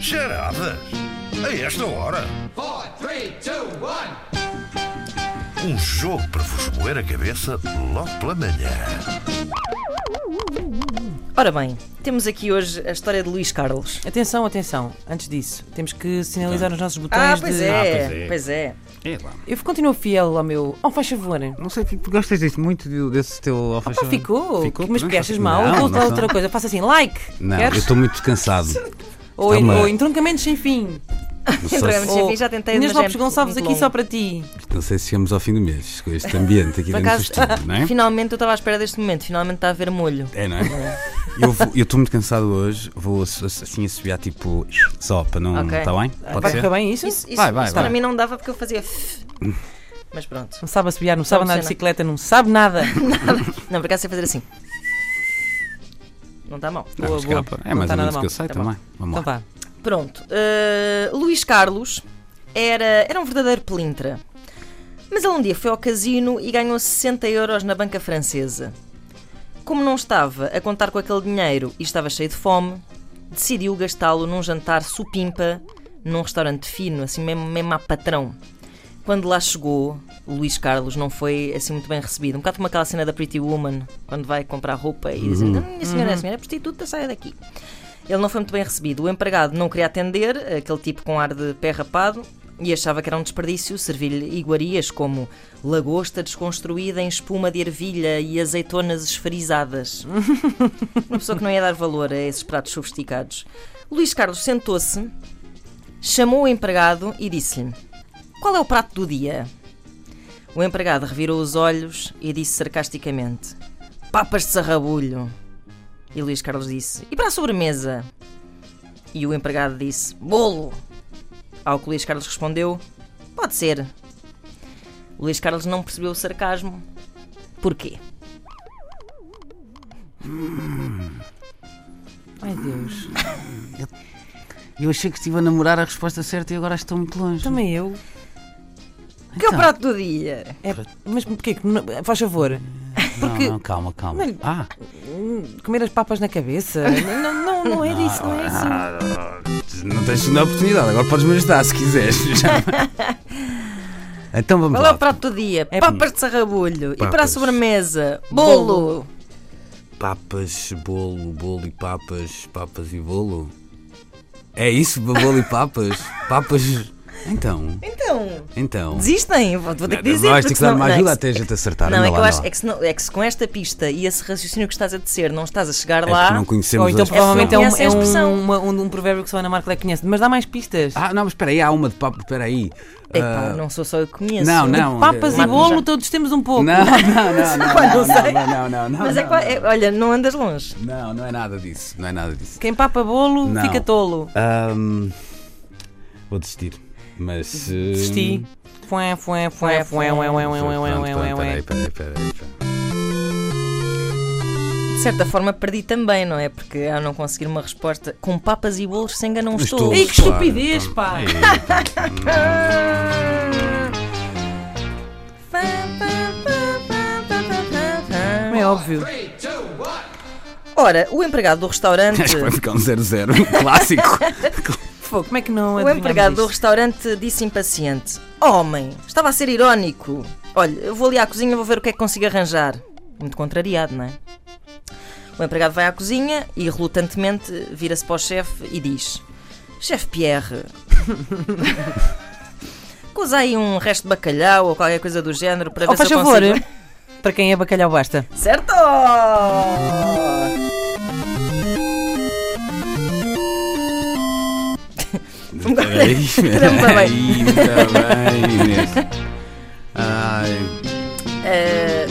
Charadas? A esta hora? four, three, two, one. Um jogo para vos moer a cabeça logo pela manhã. Ora bem, temos aqui hoje a história de Luís Carlos. Atenção, atenção. Antes disso, temos que Então. sinalizar os nossos botões Ah, pois de... é, Ah, pois é. pois é. É lá. Eu continuo fiel ao meu... Oh, faz favor. Ah, Não sei, porque gostas disto muito de- desse teu alfaixão. pá, ficou. Ficou, Mas pronto. porque achas mal? Não, Vou não colocar outra sou. coisa. Faça assim, like. Não, eu Queres? estou muito cansado. Ou, Está uma- ou entroncamentos sem fim. Entramos, Ou- enfim, já tentei, Inês mas é Lopes Gonçalves muito aqui só longo. para ti. Não sei se chegamos ao fim do mês com este ambiente aqui Por dentro do acaso- estúdio, não é? Finalmente eu estava à espera deste momento, finalmente está a ver molho. É, não é? Eu vou- eu estou muito cansado hoje, vou ass- ass- assim assobiar tipo só para não. Ok. Está bem? Pode Ah, Vai ser? correr bem isso? Isso, isso- Vai, vai, isso para vai. mim não dava porque eu fazia. Mas pronto. Não sabe assobiar, não sabe andar de Luciana. bicicleta, não sabe nada. Não, por acaso sei fazer assim. Não está mal. Não, Boa, boa. escapa. É Não mais está ou nada menos o mal. que eu sei Tá também. Vamos Então lá. vá. Pronto. eh, Luís Carlos era, era um verdadeiro pelintra. Mas ele um dia foi ao casino e ganhou 60 euros na banca francesa. Como não estava a contar com aquele dinheiro e estava cheio de fome, decidiu gastá-lo num jantar supimpa, num restaurante fino, assim mesmo, mesmo a patrão. Quando lá chegou, o Luís Carlos não foi assim muito bem recebido. Um bocado como aquela cena da Pretty Woman, quando vai comprar roupa e diz: Não, minha senhora, a senhora é prostituta, saia daqui. Ele não foi muito bem recebido. O empregado não queria atender, aquele tipo com ar de pé rapado, e achava que era um desperdício servir-lhe iguarias como lagosta desconstruída em espuma de ervilha e azeitonas esfarizadas. Uma pessoa que não ia dar valor a esses pratos sofisticados. Luís Carlos sentou-se, chamou o empregado e disse-lhe: Qual é o prato do dia? O empregado revirou os olhos e disse sarcasticamente: Papas de sarrabulho. E Luís Carlos disse: E para a sobremesa? E o empregado disse: Bolo! Ao que Luís Carlos respondeu: Pode ser. Luís Carlos não percebeu o sarcasmo. Porquê? Ai, Deus. Eu achei que estive a namorar a resposta certa e agora estou muito longe. Também eu. Que Então, é o prato do dia? É, mas porquê? que não- Faz favor. Porque Não, não, calma, calma. Mas- Ah, comer as papas na cabeça. não, não, não é disso, não é Ah. isso. não tens segunda oportunidade, agora podes me ajudar se quiseres. Já. então vamos Qual é lá. o prato do dia? É- Papas de sarrabulho. E para a Papas. sobremesa? Bolo! Papas, bolo, bolo e papas, papas e bolo. É isso? Bolo e papas? Papas. Então, Então, então. desistem, vou, vou ter que dizer. Vais ter porque que dar senão- uma não, ajuda é que- até a gente acertar. Não, anda é que lá, eu anda acho lá. é que, se não- é que se com esta pista e esse raciocínio que estás a dizer não estás a chegar É lá. porque não conhecemos Ou a então expressão. provavelmente é, um, Essa é a é um- expressão. uma- um, um provérbio que só a Ana Marca conhece. Mas dá mais pistas. Ah, não, mas espera aí, há uma de papas, espera aí. Epá, Ah, não sou só eu que conheço. Não, não. Papas Lá e tu bolo, já- todos temos um pouco. Não, não, não, não, Pá, não não, sei. não, não, não, não, Mas é que, não, vai- é- olha, não andas longe. Não, não é nada disso, não é nada disso. Quem papa bolo Não. fica tolo. Ahm, vou desistir, mas... ahm, Desisti. Fué, fué, fué, fué, ué, ué, ué, ué, ué, ué, Hum. Pronto, ué. peraí, peraí, peraí, peraí. De certa forma perdi também, não é? Porque ao não conseguir uma resposta com papas e bolos se ainda não estou. Estou. então. Ei, que Claro, estupidez, pronto. pá! Aí, Não é óbvio. Ora, o empregado do restaurante. Acho que vai ficar um 0-0, um clássico. Pô, como é que não O empregado do adivinhamos isto? restaurante disse impaciente: Homem, estava a ser irónico. Olha, eu vou ali à cozinha vou ver o que é que consigo arranjar. Muito contrariado, não é? O empregado vai à cozinha e relutantemente vira-se para o chefe e diz: Chefe Pierre, coza aí um resto de bacalhau ou qualquer coisa do género para Oh, ver faz se eu favor. consigo. Para quem é bacalhau basta. Certo! Peraí, Estamos a bem. peraí, está bem, Inês. Ai, Eh,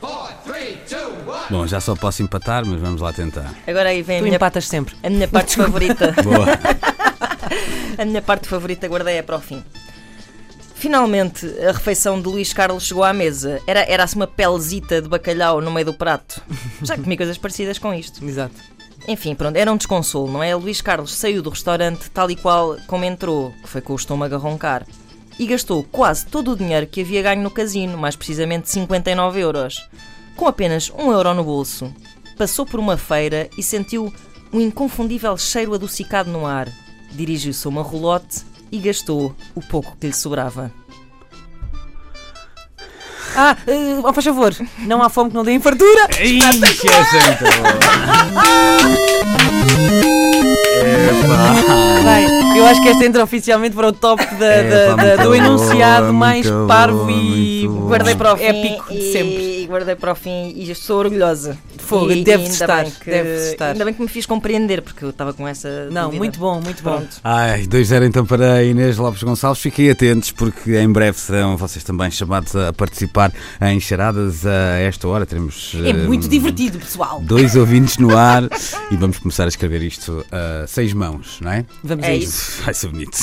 Four, three, two, one. bom, já só posso empatar, mas vamos lá tentar. agora aí vem a Tu minha, empatas sempre. a minha parte favorita. Boa. A minha parte favorita guardei-a para o fim. Finalmente, a refeição de Luís Carlos chegou à mesa. Era- Era-se uma pelzita de bacalhau no meio do prato. Já comi coisas parecidas com isto. Exato. Enfim, pronto, era um desconsolo, não é? Luís Carlos saiu do restaurante tal e qual como entrou, que foi com o estômago a roncar. E gastou quase todo o dinheiro que havia ganho no casino, mais precisamente 59 euros. Com apenas 1 euro no bolso, passou por uma feira e sentiu um inconfundível cheiro um adocicado no ar. dirigiu-se a uma rolote e gastou o pouco que lhe sobrava. Ah, eh, oh, faz favor, não há fome que não dê em fartura. Ixi, essa é muito boa. Epá. Bem, eu acho que esta entra oficialmente para o top da- da- Epá, da- É, muito do boa, enunciado mais muito parvo boa, e muito boa. Guardei para o fim. É épico de e- sempre. E guardei para o fim e estou orgulhosa. Fogo, e, deve ainda estar, bem que- deve estar. Ainda bem que me fiz compreender, porque eu estava com essa. Não, dúvida. muito bom, muito bom. Pronto. Ai, 2-0 então para a Inês Lopes Gonçalves. Fiquem atentos porque em breve serão vocês também chamados a participar em charadas a esta hora. Teremos É muito eh, divertido, pessoal. dois ouvintes no ar e vamos começar a escrever isto a seis mãos, não é? Vamos É a isso. isso. Vai ser bonito.